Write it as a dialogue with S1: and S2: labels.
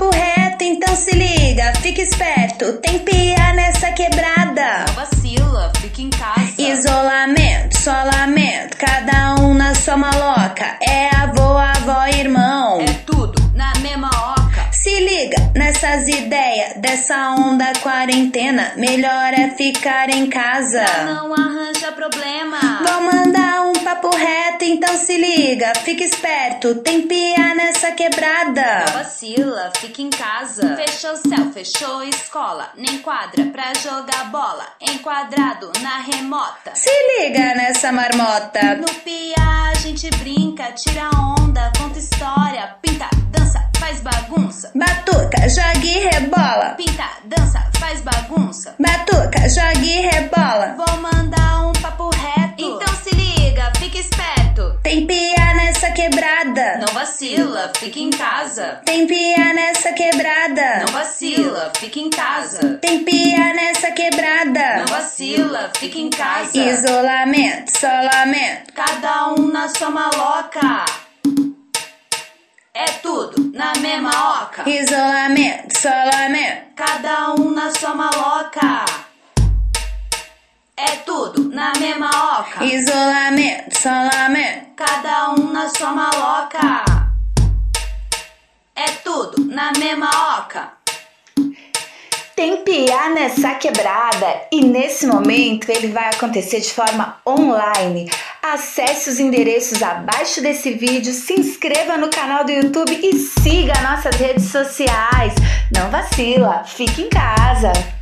S1: um então se liga, fica esperto, tem pia nessa quebrada.
S2: Não vacila, fica em casa.
S1: Isolamento, solamento, cada um na sua maloca. É avô, avó, irmão.
S2: É tudo na mesma oca.
S1: Se liga nessas ideias dessa onda quarentena. Melhor é ficar em casa.
S2: Pra não arranja problema.
S1: Vou mandar um papo reto, então se liga, fica esperto, tem pia nessa quebrada.
S2: Não vacila, fica em casa. Fechou céu, fechou escola. Nem quadra pra jogar bola. Enquadrado na remota.
S1: Se liga nessa marmota.
S2: No pia a gente brinca, tira onda, conta história, pinta, dança, faz bagunça.
S1: Batuca, joga e rebola.
S2: Pinta, dança, faz bagunça.
S1: Batuca, joga e rebola.
S2: Vou mandar um papo reto. Então se liga, fica esperto.
S1: Tem pia nessa quebrada.
S2: Não vacila, fica em casa.
S1: Tem pia nessa quebrada.
S2: Não vacila, fica em casa.
S1: Tem pia nessa quebrada.
S2: Não vacila, fica em casa.
S1: Isolamento, solamento.
S2: Cada um na sua maloca. É tudo na mesma oca.
S1: Isolamento, solamento.
S2: Cada um na sua maloca. É tudo na mesma oca.
S1: Isolamento, solamento.
S2: Cada um na sua maloca. É tudo na mesma oca.
S3: Tem piá nessa quebrada e nesse momento ele vai acontecer de forma online. Acesse os endereços abaixo desse vídeo, se inscreva no canal do YouTube e siga nossas redes sociais. Não vacila, fique em casa.